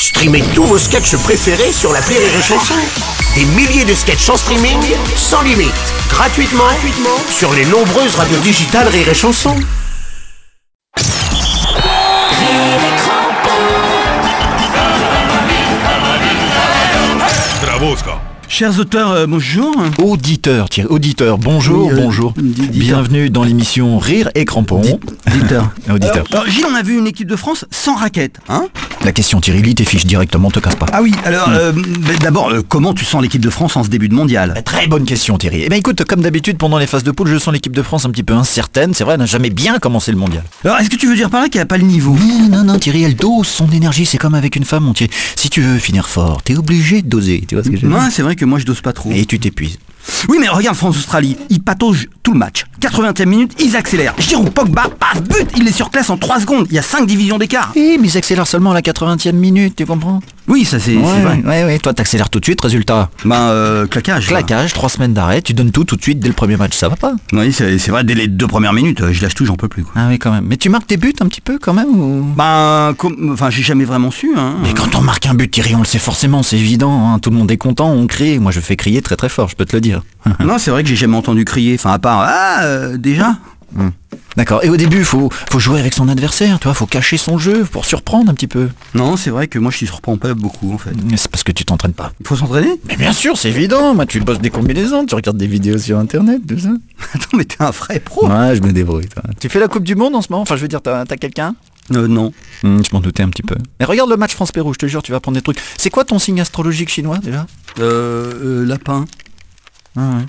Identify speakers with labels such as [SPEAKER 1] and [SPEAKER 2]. [SPEAKER 1] Streamez tous vos sketchs préférés sur la Rire et Chanson. Des milliers de sketchs en streaming, sans limite, gratuitement, gratuitement sur les nombreuses radios digitales Rire et Chanson.
[SPEAKER 2] Chers auteurs, euh, bonjour.
[SPEAKER 3] Auditeur, tiens, auditeur, bonjour,
[SPEAKER 2] Oui, euh,
[SPEAKER 3] bonjour.
[SPEAKER 2] dit- dit-
[SPEAKER 3] Bienvenue dans l'émission Rire et Crampon.
[SPEAKER 2] Auditeur.
[SPEAKER 3] Auditeur.
[SPEAKER 2] Alors Gilles, on a vu une équipe de France sans raquette, hein
[SPEAKER 3] La question Thierry, il t'effiche directement, te casse pas.
[SPEAKER 2] Ah oui, alors euh, bah, d'abord, euh, comment tu sens l'équipe de France en ce début de mondial
[SPEAKER 3] Bah, Très bonne question Thierry. Eh bien écoute, comme d'habitude pendant les phases de poule, je sens l'équipe de France un petit peu incertaine. C'est vrai, elle n'a jamais bien commencé le mondial.
[SPEAKER 2] Alors est-ce que tu veux dire par là qu'elle n'a pas le niveau
[SPEAKER 3] Non, non, non, Thierry, elle dose son énergie. C'est comme avec une femme, mon Thierry. Si tu veux finir fort, t'es obligé de doser. Tu vois ce que je veux dire
[SPEAKER 2] Ouais, c'est vrai que moi je dose pas trop.
[SPEAKER 3] Et tu t'épuises.
[SPEAKER 2] Oui, mais regarde France-Australie, ils pataugent tout le match. 80 e minute, ils accélèrent. Giroud, Pogba, paf, but Il les surclasse en 3 secondes, il y a 5 divisions d'écart.
[SPEAKER 3] Eh, mais ils accélèrent seulement à la 80e minute, tu comprends
[SPEAKER 2] Oui, ça c'est c'est vrai.
[SPEAKER 3] Ouais, ouais, ouais, toi t'accélères tout de suite, résultat.
[SPEAKER 2] Ben, euh, claquage. là.
[SPEAKER 3] Claquage, trois semaines d'arrêt, tu donnes tout tout de suite dès le premier match, ça va pas
[SPEAKER 2] Oui, c'est c'est vrai, dès les deux premières minutes, euh, je lâche tout, j'en peux plus. Quoi.
[SPEAKER 3] Ah oui, quand même. Mais tu marques tes buts un petit peu quand même ou...
[SPEAKER 2] Ben, comme- enfin, j'ai jamais vraiment su, hein.
[SPEAKER 3] Mais quand on marque un but, Thierry, on le sait forcément, c'est évident. hein. Tout le monde est content, on crie. Moi, je fais crier très très fort, je peux te le dire.
[SPEAKER 2] Non, c'est vrai que j'ai jamais entendu crier, enfin à part ah euh, déjà.
[SPEAKER 3] D'accord. Et au début, faut faut jouer avec son adversaire, tu vois. Faut cacher son jeu pour surprendre un petit peu.
[SPEAKER 2] Non, c'est vrai que moi je suis surprends pas beaucoup en fait.
[SPEAKER 3] Mais C'est parce que tu t'entraînes pas.
[SPEAKER 2] Il faut s'entraîner
[SPEAKER 3] Mais bien sûr, c'est évident. Moi, tu bosses des combinaisons, tu regardes des vidéos sur internet, tout ça.
[SPEAKER 2] Attends, mais t'es un vrai pro.
[SPEAKER 3] Ouais, je me débrouille. toi. Oh. Tu fais la Coupe du Monde en ce moment Enfin, je veux dire, t'as t'as quelqu'un
[SPEAKER 2] Euh, non.
[SPEAKER 3] Hum, Je m'en doutais un petit peu. Mais regarde le match France-Pérou. Je te jure, tu vas prendre des trucs. C'est quoi ton signe astrologique chinois déjà
[SPEAKER 2] Euh, euh, lapin.
[SPEAKER 3] Ah ouais.